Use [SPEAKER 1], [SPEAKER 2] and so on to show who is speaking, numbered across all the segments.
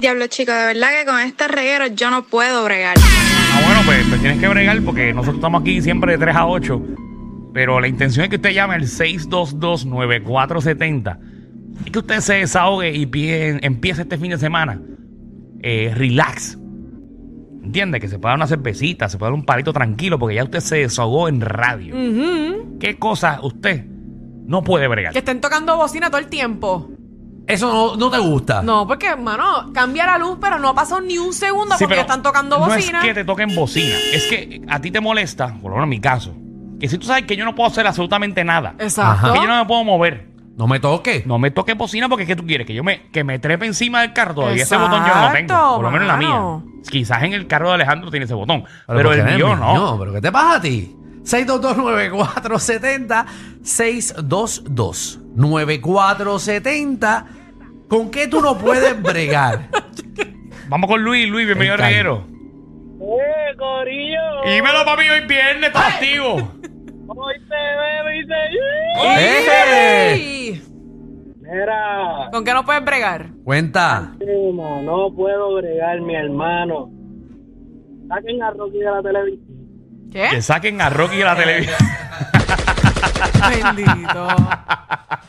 [SPEAKER 1] Diablo chico, de verdad que con estos regueros yo no puedo bregar.
[SPEAKER 2] Ah, bueno, pues, pues tienes que bregar porque nosotros estamos aquí siempre de 3 a 8. Pero la intención es que usted llame al 622-9470. Es que usted se desahogue y pie- empiece este fin de semana. eh, relax. ¿Entiende? Que se pueda dar una cervecita, se pueda dar un palito tranquilo porque ya usted se desahogó en radio.
[SPEAKER 3] Ujú.
[SPEAKER 2] ¿Qué cosas usted no puede bregar?
[SPEAKER 3] Que estén tocando bocina todo el tiempo.
[SPEAKER 4] Eso no, no te gusta.
[SPEAKER 3] No, porque, hermano, cambia la luz, pero no ha pasado ni un segundo
[SPEAKER 2] Sí,
[SPEAKER 3] porque
[SPEAKER 2] pero
[SPEAKER 3] están tocando
[SPEAKER 2] No
[SPEAKER 3] bocina.
[SPEAKER 2] es que te toquen bocina, es que a ti te molesta, por lo menos en mi caso, que si tú sabes que yo no puedo hacer absolutamente nada,
[SPEAKER 3] Exacto.
[SPEAKER 2] que yo no me puedo mover,
[SPEAKER 4] No me toques.
[SPEAKER 2] no me toques bocina porque ¿qué tú quieres? Que yo me que me trepe encima del carro todavía ese botón yo no lo tengo,
[SPEAKER 3] Exacto,
[SPEAKER 2] por lo menos en la mía.
[SPEAKER 3] mano.
[SPEAKER 2] Quizás en el carro de Alejandro tiene ese botón, pero,
[SPEAKER 4] ¿por
[SPEAKER 2] el
[SPEAKER 4] qué,
[SPEAKER 2] mío
[SPEAKER 4] mi?
[SPEAKER 2] no.
[SPEAKER 4] pero ¿qué te pasa a ti? 6229470 6229470 ¿Con qué tú no puedes bregar?
[SPEAKER 2] Vamos con Luis, Luis, bienvenido
[SPEAKER 4] El calle.
[SPEAKER 2] reguero.
[SPEAKER 5] ¡Eh, corillo!
[SPEAKER 2] Dímelo papi, hoy viernes, estás activo.
[SPEAKER 5] Hoy se bebe y se...
[SPEAKER 4] ¡Eh!
[SPEAKER 3] ¡Ey!
[SPEAKER 5] Mira,
[SPEAKER 3] ¿Con qué no puedes bregar?
[SPEAKER 4] Cuenta.
[SPEAKER 5] primo, no puedo bregar, mi hermano. Saquen a Rocky de la televisión.
[SPEAKER 3] ¿Qué?
[SPEAKER 2] Que saquen a Rocky de la televisión.
[SPEAKER 3] Bendito.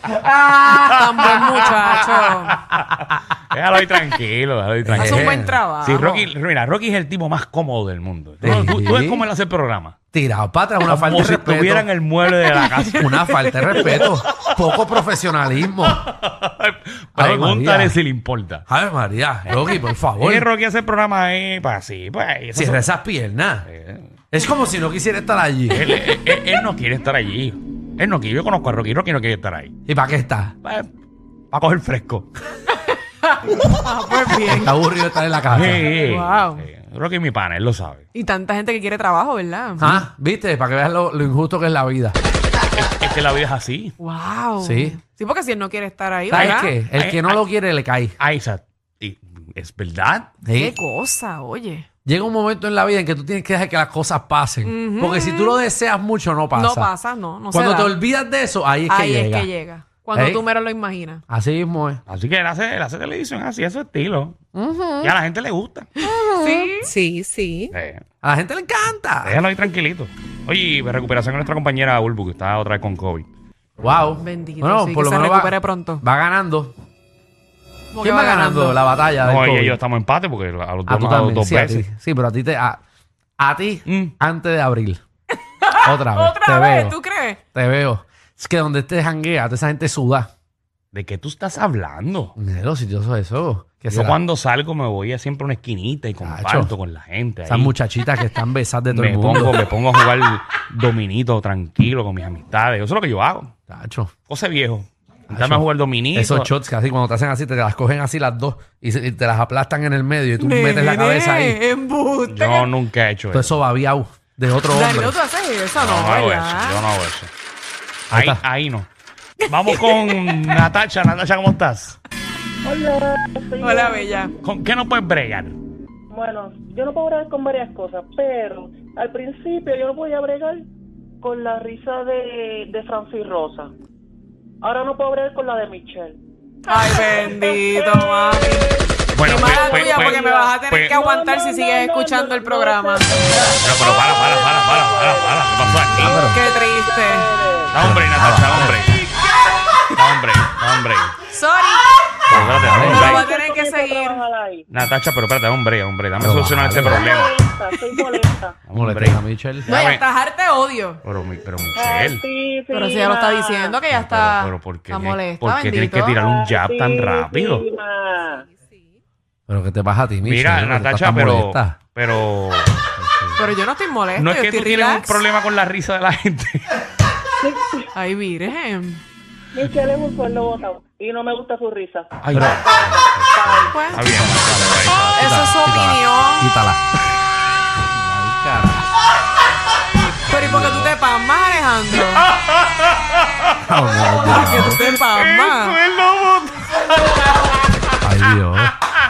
[SPEAKER 3] Ah, tan buen muchacho.
[SPEAKER 2] Déjalo ahí tranquilo, déjalo ahí
[SPEAKER 3] Hace
[SPEAKER 2] tranquilo.
[SPEAKER 3] un buen trabajo.
[SPEAKER 2] Sí, Rocky, mira, Rocky es el tipo más cómodo del mundo. Tú,
[SPEAKER 4] Sí.
[SPEAKER 2] tú- tú ves cómo él hace el programa.
[SPEAKER 4] Tirado para atrás, una falta
[SPEAKER 2] Como
[SPEAKER 4] de
[SPEAKER 2] si estuviera en
[SPEAKER 4] respeto.
[SPEAKER 2] el mueble de la casa.
[SPEAKER 4] Una falta de respeto. Poco profesionalismo.
[SPEAKER 2] Pregúntale
[SPEAKER 4] María.
[SPEAKER 2] si le importa.
[SPEAKER 4] A ver, María, Rocky, por favor.
[SPEAKER 2] Oye, Rocky hace el programa ahí, para así, pues. eso
[SPEAKER 4] Cierra
[SPEAKER 2] son-
[SPEAKER 4] esas piernas.
[SPEAKER 2] Eh,
[SPEAKER 4] Es como si no quisiera estar allí.
[SPEAKER 2] él, él- él- él no quiere estar allí. Él no quiere. Yo conozco a Rocky, Rocky no quiere estar ahí.
[SPEAKER 4] ¿Y para qué está?
[SPEAKER 2] Para coger fresco.
[SPEAKER 3] Ah, pues bien.
[SPEAKER 4] Está aburrido estar en la
[SPEAKER 2] Sí,
[SPEAKER 4] casa.
[SPEAKER 2] sí,
[SPEAKER 3] Wow.
[SPEAKER 2] sí. Rocky es mi pana, él lo sabe.
[SPEAKER 3] Y tanta gente que quiere trabajo, ¿verdad?
[SPEAKER 4] Ah, viste, para que veas lo, lo injusto que es la vida.
[SPEAKER 2] Es que la vida es así.
[SPEAKER 3] Wow.
[SPEAKER 4] Sí.
[SPEAKER 3] Sí, porque si él no quiere estar ahí,
[SPEAKER 4] ¿Sabes
[SPEAKER 3] ¿verdad?
[SPEAKER 4] qué? El que no
[SPEAKER 2] Ay,
[SPEAKER 4] lo quiere le cae.
[SPEAKER 2] Ay, esa- y- Es verdad.
[SPEAKER 4] ¿Sí?
[SPEAKER 3] Qué cosa, oye.
[SPEAKER 4] Llega un momento en la vida en que tú tienes que dejar que las cosas pasen. Porque si tú lo deseas mucho, no pasa.
[SPEAKER 3] No pasa, no. no se
[SPEAKER 4] Cuando
[SPEAKER 3] da.
[SPEAKER 4] te olvidas de eso, ahí es que
[SPEAKER 3] Ahí
[SPEAKER 4] llega.
[SPEAKER 3] es que llega. Cuando
[SPEAKER 4] Ey.
[SPEAKER 3] tú menos lo imaginas.
[SPEAKER 4] Así mismo es.
[SPEAKER 2] Así que él hace, él hace televisión así, a su estilo. Y a la gente le gusta.
[SPEAKER 3] Sí.
[SPEAKER 6] Sí, sí.
[SPEAKER 2] Eh,
[SPEAKER 4] A la gente le encanta.
[SPEAKER 2] déjalo ahí tranquilito. Oye, y recuperación de nuestra compañera Bulbu, que está otra vez con COVID.
[SPEAKER 4] Wow.
[SPEAKER 3] Bendito,
[SPEAKER 4] Bueno,
[SPEAKER 3] sí, que
[SPEAKER 4] por lo
[SPEAKER 3] se
[SPEAKER 4] menos
[SPEAKER 3] recupere
[SPEAKER 4] va,
[SPEAKER 3] pronto.
[SPEAKER 4] va ganando.
[SPEAKER 3] ¿Cómo que
[SPEAKER 4] ¿Quién va ganando la batalla del
[SPEAKER 2] No, ella
[SPEAKER 4] COVID?
[SPEAKER 2] y yo estamos en empate porque a los
[SPEAKER 4] Ah,
[SPEAKER 2] dos
[SPEAKER 4] tú
[SPEAKER 2] nos ha dado
[SPEAKER 4] también.
[SPEAKER 2] dos
[SPEAKER 4] sí, a ti.
[SPEAKER 2] veces.
[SPEAKER 4] Sí, pero a ti te. A, a ti,
[SPEAKER 2] Mm.
[SPEAKER 4] antes de abril. Otra vez.
[SPEAKER 3] Otra
[SPEAKER 4] te
[SPEAKER 3] vez,
[SPEAKER 4] veo.
[SPEAKER 3] ¿tú crees?
[SPEAKER 4] Te veo. Es que donde estés janguea, toda esa gente suda.
[SPEAKER 2] ¿De qué tú estás hablando?
[SPEAKER 4] Pero si yo soy eso. Que
[SPEAKER 2] Yo
[SPEAKER 4] será?
[SPEAKER 2] cuando salgo me voy a siempre una esquinita y comparto
[SPEAKER 4] Chacho.
[SPEAKER 2] con la gente.
[SPEAKER 4] Esas
[SPEAKER 2] ahí.
[SPEAKER 4] muchachitas que están besadas de todo
[SPEAKER 2] me,
[SPEAKER 4] el mundo.
[SPEAKER 2] pongo, me pongo a jugar dominito tranquilo con mis amistades. Eso es lo que yo hago.
[SPEAKER 4] Tacho.
[SPEAKER 2] Cosa de viejo. Dame
[SPEAKER 4] Chacho.
[SPEAKER 2] a jugar dominito.
[SPEAKER 4] Esos shots que así cuando te hacen así, te las cogen así las dos y, se- y te las aplastan en el medio y tú metes la
[SPEAKER 3] Nene,
[SPEAKER 4] cabeza ahí.
[SPEAKER 3] Embuste.
[SPEAKER 2] yo nunca he hecho
[SPEAKER 4] Todo
[SPEAKER 2] eso.
[SPEAKER 4] eso babiao de otro hombre.
[SPEAKER 3] Danilo, tú haces eso,
[SPEAKER 2] Yo
[SPEAKER 3] Ah, ¿no?
[SPEAKER 2] no hago eso.
[SPEAKER 3] ¿verdad?
[SPEAKER 2] Yo no hago eso.
[SPEAKER 4] Ahí
[SPEAKER 2] Ahí,
[SPEAKER 4] está.
[SPEAKER 2] ahí no. Vamos con Natacha. Natacha, ¿cómo estás?
[SPEAKER 5] Hola,
[SPEAKER 3] Hola, bella.
[SPEAKER 2] ¿Con qué no puedes bregar?
[SPEAKER 5] Bueno, yo no puedo bregar con varias cosas, pero al principio yo no podía bregar con la risa de, de Francis Rosa. Ahora no puedo bregar con la de Michelle.
[SPEAKER 3] Ay, bendito, mami.
[SPEAKER 2] Bueno, pues-
[SPEAKER 3] Qué mala
[SPEAKER 2] pues-
[SPEAKER 3] tuya,
[SPEAKER 2] pues-
[SPEAKER 3] porque me vas a tener
[SPEAKER 2] pues-
[SPEAKER 3] que aguantar si sigues escuchando el programa.
[SPEAKER 2] No, pero para, para, para, para, para, para. ¿Qué pasó aquí?
[SPEAKER 3] Qué triste.
[SPEAKER 2] Da hombre, Natacha, da hombre. Da hombre, da hombre.
[SPEAKER 3] Sorry.
[SPEAKER 2] Pero espérate, da
[SPEAKER 3] No lo
[SPEAKER 2] hombre.
[SPEAKER 3] voy a tener que seguir.
[SPEAKER 5] seguir.
[SPEAKER 2] Natacha, pero espérate, da hombre, hombre. Dame
[SPEAKER 4] No,
[SPEAKER 2] solucionar este
[SPEAKER 4] vale.
[SPEAKER 2] problema.
[SPEAKER 5] Molesta, estoy molesta.
[SPEAKER 2] Da
[SPEAKER 4] Como le
[SPEAKER 2] hombre.
[SPEAKER 4] tenga, Michelle.
[SPEAKER 3] No,
[SPEAKER 2] Dame-
[SPEAKER 3] ya estás harta de odio.
[SPEAKER 2] Pero, mi- pero
[SPEAKER 5] Ay,
[SPEAKER 2] Michelle.
[SPEAKER 5] sí,
[SPEAKER 3] Pero si ya lo está
[SPEAKER 5] Fina.
[SPEAKER 3] diciendo, que ya
[SPEAKER 2] Pero-
[SPEAKER 3] está,
[SPEAKER 2] pero ¿por qué
[SPEAKER 3] está
[SPEAKER 2] tienes-
[SPEAKER 3] molesta,
[SPEAKER 2] por qué tienes
[SPEAKER 3] bendito.
[SPEAKER 2] que tirar un jab
[SPEAKER 5] Ay,
[SPEAKER 2] tan rápido?
[SPEAKER 5] Fina.
[SPEAKER 4] Pero que te pasa a ti, Michelle.
[SPEAKER 2] Mira,
[SPEAKER 4] Porque tú estás
[SPEAKER 2] Natacha,
[SPEAKER 4] tan
[SPEAKER 2] pero.
[SPEAKER 4] molesta.
[SPEAKER 2] Pero.
[SPEAKER 3] Pero yo no estoy molesta,
[SPEAKER 2] No es
[SPEAKER 3] yo
[SPEAKER 2] que
[SPEAKER 3] estoy
[SPEAKER 2] tú tienes un
[SPEAKER 3] relax.
[SPEAKER 2] problema con la risa de la gente.
[SPEAKER 3] Ay, virgen.
[SPEAKER 5] Michelle es un sueldo botado y no me gusta su risa.
[SPEAKER 2] Ay, no.
[SPEAKER 3] Pues,
[SPEAKER 2] Está bien, Natacha, ahí está.
[SPEAKER 3] eso es su
[SPEAKER 4] Quítala,
[SPEAKER 3] opinión.
[SPEAKER 4] Quítala. Ay, carajo.
[SPEAKER 3] Pero ¿y por qué tú te pasmas, Alejandro? ¿Por qué tú te pasmas?
[SPEAKER 4] Ay, Dios.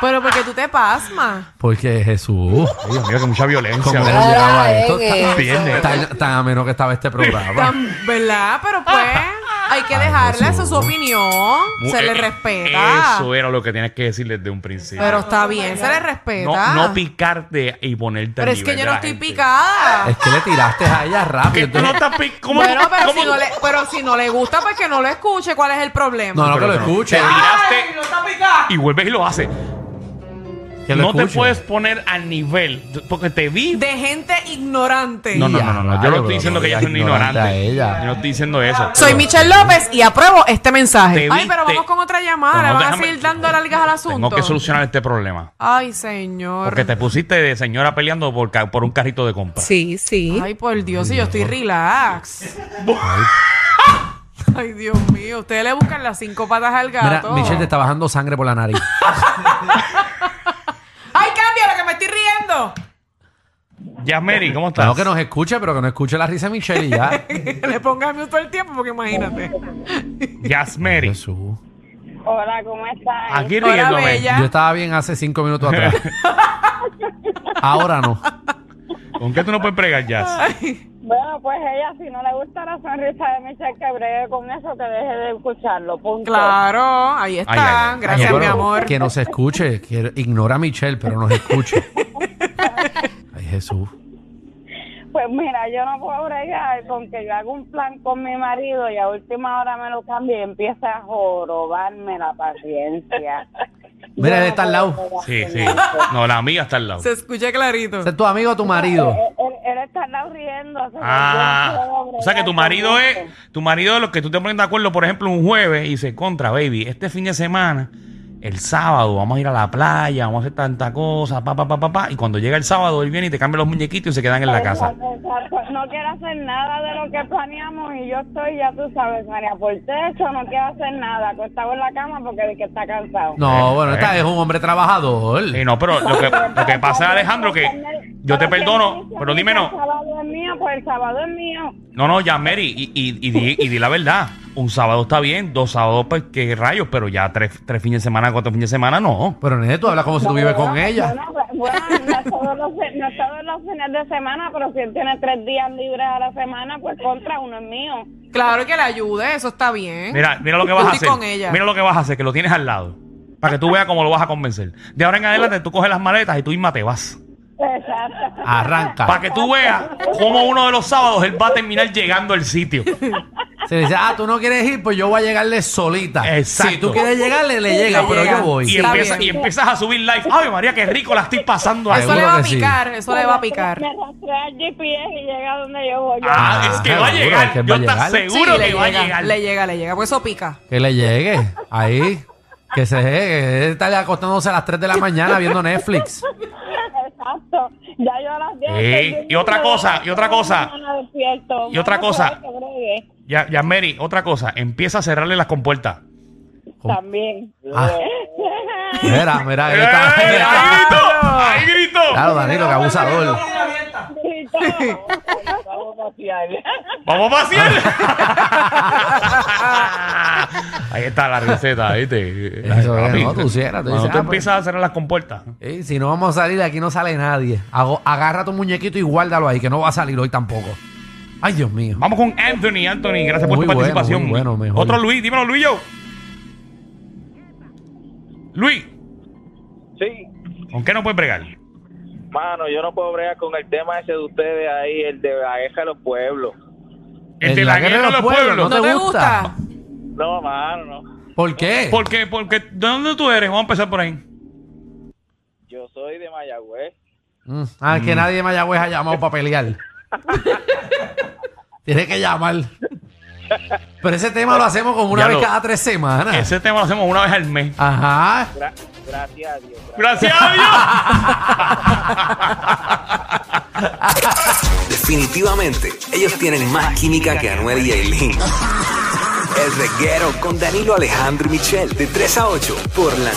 [SPEAKER 3] Pero ¿por qué tú te pasmas?
[SPEAKER 4] Porque Jesús.
[SPEAKER 2] Ay, Dios mío, que mucha
[SPEAKER 4] ¿Cómo
[SPEAKER 2] violencia.
[SPEAKER 4] hemos
[SPEAKER 2] ¿verdad?
[SPEAKER 4] llegado a esto?
[SPEAKER 6] Ahora,
[SPEAKER 4] Tan-
[SPEAKER 2] Viernes.
[SPEAKER 4] Tan, tan ameno que estaba este programa.
[SPEAKER 3] Tan- ¿Verdad? Pero pues... Hay que
[SPEAKER 4] Ay,
[SPEAKER 3] dejarla,
[SPEAKER 4] Jesús.
[SPEAKER 3] esa es su opinión. Se
[SPEAKER 2] Eh,
[SPEAKER 3] le
[SPEAKER 2] eh,
[SPEAKER 3] respeta.
[SPEAKER 2] Eso era lo que tienes que decir desde un principio.
[SPEAKER 3] Pero está bien, se le
[SPEAKER 2] no,
[SPEAKER 3] respeta.
[SPEAKER 2] no picarte y ponerte al
[SPEAKER 3] Pero es
[SPEAKER 2] nivel
[SPEAKER 3] que yo
[SPEAKER 2] de
[SPEAKER 3] no
[SPEAKER 2] la
[SPEAKER 3] estoy
[SPEAKER 2] gente.
[SPEAKER 3] picada.
[SPEAKER 4] Es que le tiraste a ella rápido.
[SPEAKER 2] Que tú no
[SPEAKER 4] entonces-
[SPEAKER 2] estás picada. ¿Cómo
[SPEAKER 3] Bueno,
[SPEAKER 2] tú-
[SPEAKER 3] pero
[SPEAKER 2] cómo
[SPEAKER 3] si,
[SPEAKER 2] tú-
[SPEAKER 3] no le, pero si no le gusta, pues que no lo escuche. ¿Cuál es el problema?
[SPEAKER 4] No, no, que lo
[SPEAKER 2] Pero, pero,
[SPEAKER 4] escuche.
[SPEAKER 2] te tiraste
[SPEAKER 3] está picada.
[SPEAKER 2] y vuelves y lo haces.
[SPEAKER 4] Que lo
[SPEAKER 2] No te
[SPEAKER 4] escuche.
[SPEAKER 2] puedes poner al nivel. Porque te vi.
[SPEAKER 3] De gente ignorante.
[SPEAKER 2] No, no, no, no, no. Yo no
[SPEAKER 4] Ay,
[SPEAKER 2] estoy
[SPEAKER 4] bro,
[SPEAKER 2] diciendo que
[SPEAKER 4] ella
[SPEAKER 2] ella es una
[SPEAKER 4] ignorante
[SPEAKER 2] ignorante.
[SPEAKER 4] a ella.
[SPEAKER 2] Yo no estoy diciendo eso.
[SPEAKER 3] Soy Michelle López y apruebo este
[SPEAKER 2] Te
[SPEAKER 3] mensaje. Ay,
[SPEAKER 2] viste.
[SPEAKER 3] pero vamos con otra llamada.
[SPEAKER 2] Pero no,
[SPEAKER 3] Le van a
[SPEAKER 2] déjame-
[SPEAKER 3] seguir dando largas al asunto.
[SPEAKER 2] Tengo que solucionar este problema.
[SPEAKER 3] Ay, señor.
[SPEAKER 2] Porque te pusiste de señora peleando por, ca- por un carrito de compra.
[SPEAKER 6] Sí, sí.
[SPEAKER 3] Ay, por Dios, si yo estoy relax. Ay, Dios mío. Ustedes le buscan las cinco patas al
[SPEAKER 4] Mira,
[SPEAKER 3] gato.
[SPEAKER 4] Michelle te está bajando sangre por la nariz.
[SPEAKER 3] Ay, cámbialo, que me estoy riendo.
[SPEAKER 2] Yasmeri, ¿cómo estás?
[SPEAKER 4] Claro que nos escuche, pero que no escuche la risa de Michelle y ya.
[SPEAKER 3] le pongas mute todo el tiempo, porque imagínate.
[SPEAKER 2] Yasmeri.
[SPEAKER 4] Jesús.
[SPEAKER 7] Hola, ¿cómo están?
[SPEAKER 2] Aquí
[SPEAKER 3] Hola,
[SPEAKER 2] riéndome.
[SPEAKER 3] bella. Ya.
[SPEAKER 4] Yo estaba bien hace cinco minutos atrás. Ahora no.
[SPEAKER 2] ¿Con qué tú no puedes pregar, Yas?
[SPEAKER 7] Bueno, pues ella, si no le gusta la sonrisa de Michelle, que bregue con eso, que deje de escucharlo, punto.
[SPEAKER 3] Claro, ahí está.
[SPEAKER 2] Ay, ay, ay.
[SPEAKER 3] Gracias,
[SPEAKER 4] Pero
[SPEAKER 3] mi amor.
[SPEAKER 4] Que nos escuche. Que ignora a Michelle, pero nos escuche. Ay, Jesús.
[SPEAKER 7] Pues mira, yo no puedo bregar con que yo hago un plan con mi marido y a última hora me lo cambie y empieza a jorobarme la paciencia.
[SPEAKER 4] Mira,
[SPEAKER 7] Yo
[SPEAKER 4] él
[SPEAKER 7] no
[SPEAKER 4] está al
[SPEAKER 7] puedo
[SPEAKER 4] lado.
[SPEAKER 7] bregar
[SPEAKER 2] Sí,
[SPEAKER 7] con
[SPEAKER 2] sí.
[SPEAKER 7] eso.
[SPEAKER 2] No, la amiga está al lado.
[SPEAKER 3] Se escucha clarito.
[SPEAKER 4] ¿Es tu amigo o tu marido?
[SPEAKER 7] Él, él- él está al lado riendo. o sea, yo no
[SPEAKER 2] Ah,
[SPEAKER 7] puedo
[SPEAKER 2] o sea que
[SPEAKER 7] bregar
[SPEAKER 2] tu
[SPEAKER 7] con
[SPEAKER 2] marido es,
[SPEAKER 7] eso.
[SPEAKER 2] tu marido es lo que tú te pones de acuerdo, por ejemplo, un jueves y dice, contra, baby, este fin de semana, el sábado, vamos a ir a la playa, vamos a hacer tanta cosa, pa, pa, pa, pa, pa, y cuando llega el sábado, él viene y te cambia los muñequitos y se quedan en la casa.
[SPEAKER 7] Exacto, exacto. No quiero hacer nada de lo que planeamos y yo estoy, ya tú sabes, María, por techo, no quiero hacer nada, acostado en la cama porque de que está cansado.
[SPEAKER 4] No, bueno, esta es un hombre trabajador.
[SPEAKER 2] Eh, Sí, Eh, no, pero lo que, lo que pasa, Alejandro, que yo te
[SPEAKER 7] Pero si él
[SPEAKER 2] perdono,
[SPEAKER 7] dice,
[SPEAKER 2] pero dime
[SPEAKER 7] "Mira, El
[SPEAKER 2] no.
[SPEAKER 7] sábado es mío, pues el sábado es mío.
[SPEAKER 2] No, no, ya, Mary, y, y, y, di, y di la verdad. Un sábado está bien, dos sábados, pues qué rayos, pero ya tres, tres fines de semana, cuatro fines de semana, no.
[SPEAKER 4] Pero nene, tú hablas como si tú vives con ella.
[SPEAKER 7] Bueno, pues, bueno, no es todos los, no es todos los fines de semana, pero si él tiene tres días libres a la semana, pues contra uno es mío.
[SPEAKER 3] Claro que le ayude, eso está bien.
[SPEAKER 2] Mira, mira lo que
[SPEAKER 3] Yo
[SPEAKER 2] vas a
[SPEAKER 3] estoy
[SPEAKER 2] hacer.
[SPEAKER 3] con ella.
[SPEAKER 2] Mira lo que vas a hacer, que lo tienes al lado. Para que tú veas cómo lo vas a convencer. De ahora en adelante tú coges las maletas y tú misma te vas.
[SPEAKER 7] Exacto.
[SPEAKER 2] Para
[SPEAKER 4] Arranca.
[SPEAKER 2] que tú veas cómo uno de los sábados él va a terminar llegando al sitio.
[SPEAKER 4] Se dice, ah, tú no quieres ir, pues yo voy a llegarle solita.
[SPEAKER 2] Exacto.
[SPEAKER 4] Si tú quieres llegarle, le llega,
[SPEAKER 3] Le
[SPEAKER 4] pero
[SPEAKER 3] llega.
[SPEAKER 4] yo voy.
[SPEAKER 2] Y,
[SPEAKER 3] Está
[SPEAKER 2] empieza-
[SPEAKER 3] bien.
[SPEAKER 2] y empiezas a subir live. Ay, María, qué rico la estoy pasando ahí.
[SPEAKER 3] eso le
[SPEAKER 4] seguro
[SPEAKER 3] va a
[SPEAKER 4] que sí.
[SPEAKER 3] picar, eso le va a picar.
[SPEAKER 7] Me rastrea el GPS y llega donde yo voy.
[SPEAKER 2] Ah, es que va a
[SPEAKER 4] seguro,
[SPEAKER 2] llegar.
[SPEAKER 4] es que
[SPEAKER 2] Yo
[SPEAKER 4] va a
[SPEAKER 2] estás
[SPEAKER 4] llegar.
[SPEAKER 2] seguro
[SPEAKER 3] Sí, le
[SPEAKER 2] que va a
[SPEAKER 3] llega,
[SPEAKER 2] llegar.
[SPEAKER 3] Le llega, le llega, pues eso pica.
[SPEAKER 4] Que le llegue. Ahí. Que se llegue. Está acostándose a las 3 de la mañana viendo Netflix.
[SPEAKER 7] Exacto. Ya yo a las 10.
[SPEAKER 2] Eh,
[SPEAKER 7] estoy bien
[SPEAKER 2] y otra cosa, y otra cosa.
[SPEAKER 7] mañana despierto.
[SPEAKER 2] Y otra
[SPEAKER 7] Bueno,
[SPEAKER 2] cosa.
[SPEAKER 7] pues, que bregue.
[SPEAKER 2] Ya, ya, Mary, otra cosa. Empieza a cerrarle las compuertas. Oh.
[SPEAKER 7] También.
[SPEAKER 4] Ah. Mira, mira, él está.
[SPEAKER 2] ¡Eh,
[SPEAKER 4] Mira.
[SPEAKER 2] ¡Ahí Ah. grito! ¡Ahí grito!
[SPEAKER 4] Claro, Danilo, que abusador.
[SPEAKER 7] Y todo. Vamos a pasear.
[SPEAKER 2] ¡Vamos a pasear! Ahí está la receta, ¿viste? La-
[SPEAKER 4] Eso es,
[SPEAKER 2] papi,
[SPEAKER 4] no, tú cierras, tú
[SPEAKER 2] cuando
[SPEAKER 4] dices,
[SPEAKER 2] tú
[SPEAKER 4] ah,
[SPEAKER 2] empiezas a cerrar las compuertas.
[SPEAKER 4] Ey, si no vamos a salir, de aquí no sale nadie. Hago- agarra tu muñequito y guárdalo ahí, que no va a salir hoy tampoco. Ay, Dios mío.
[SPEAKER 2] Vamos con Anthony, Anthony, gracias por
[SPEAKER 4] Muy
[SPEAKER 2] tu
[SPEAKER 4] bueno,
[SPEAKER 2] participación.
[SPEAKER 4] muy bueno, mejor.
[SPEAKER 2] Otro Luis, dímelo, Luis, yo. Luis,
[SPEAKER 8] Sí,
[SPEAKER 2] ¿con qué no puedes bregar?
[SPEAKER 8] mano, yo no puedo bregar con el tema ese de ustedes ahí, el de la guerra de los pueblos.
[SPEAKER 2] El de la guerra de los pueblos.
[SPEAKER 3] ¿No te gusta?
[SPEAKER 8] No, mano, no.
[SPEAKER 4] ¿Por qué?
[SPEAKER 2] ¿Por qué? Porque, ¿de dónde tú eres? Vamos a empezar por ahí.
[SPEAKER 8] Yo soy de Mayagüez.
[SPEAKER 4] Mm, Ah, es que nadie de Mayagüez ha llamado para pelear. Tiene que llamar. Pero ese tema lo hacemos como una
[SPEAKER 2] Ya
[SPEAKER 4] vez
[SPEAKER 2] lo-
[SPEAKER 4] cada tres semanas.
[SPEAKER 2] Ese tema lo hacemos una vez al mes.
[SPEAKER 4] Ajá.
[SPEAKER 8] Gra- gracias a Dios. gracias.
[SPEAKER 2] ¡Gracias a Dios!
[SPEAKER 9] Definitivamente, ellos tienen más química que Anuel y Aileen. El reguero con Danilo Alejandro y Michel, de 3 a 8, por la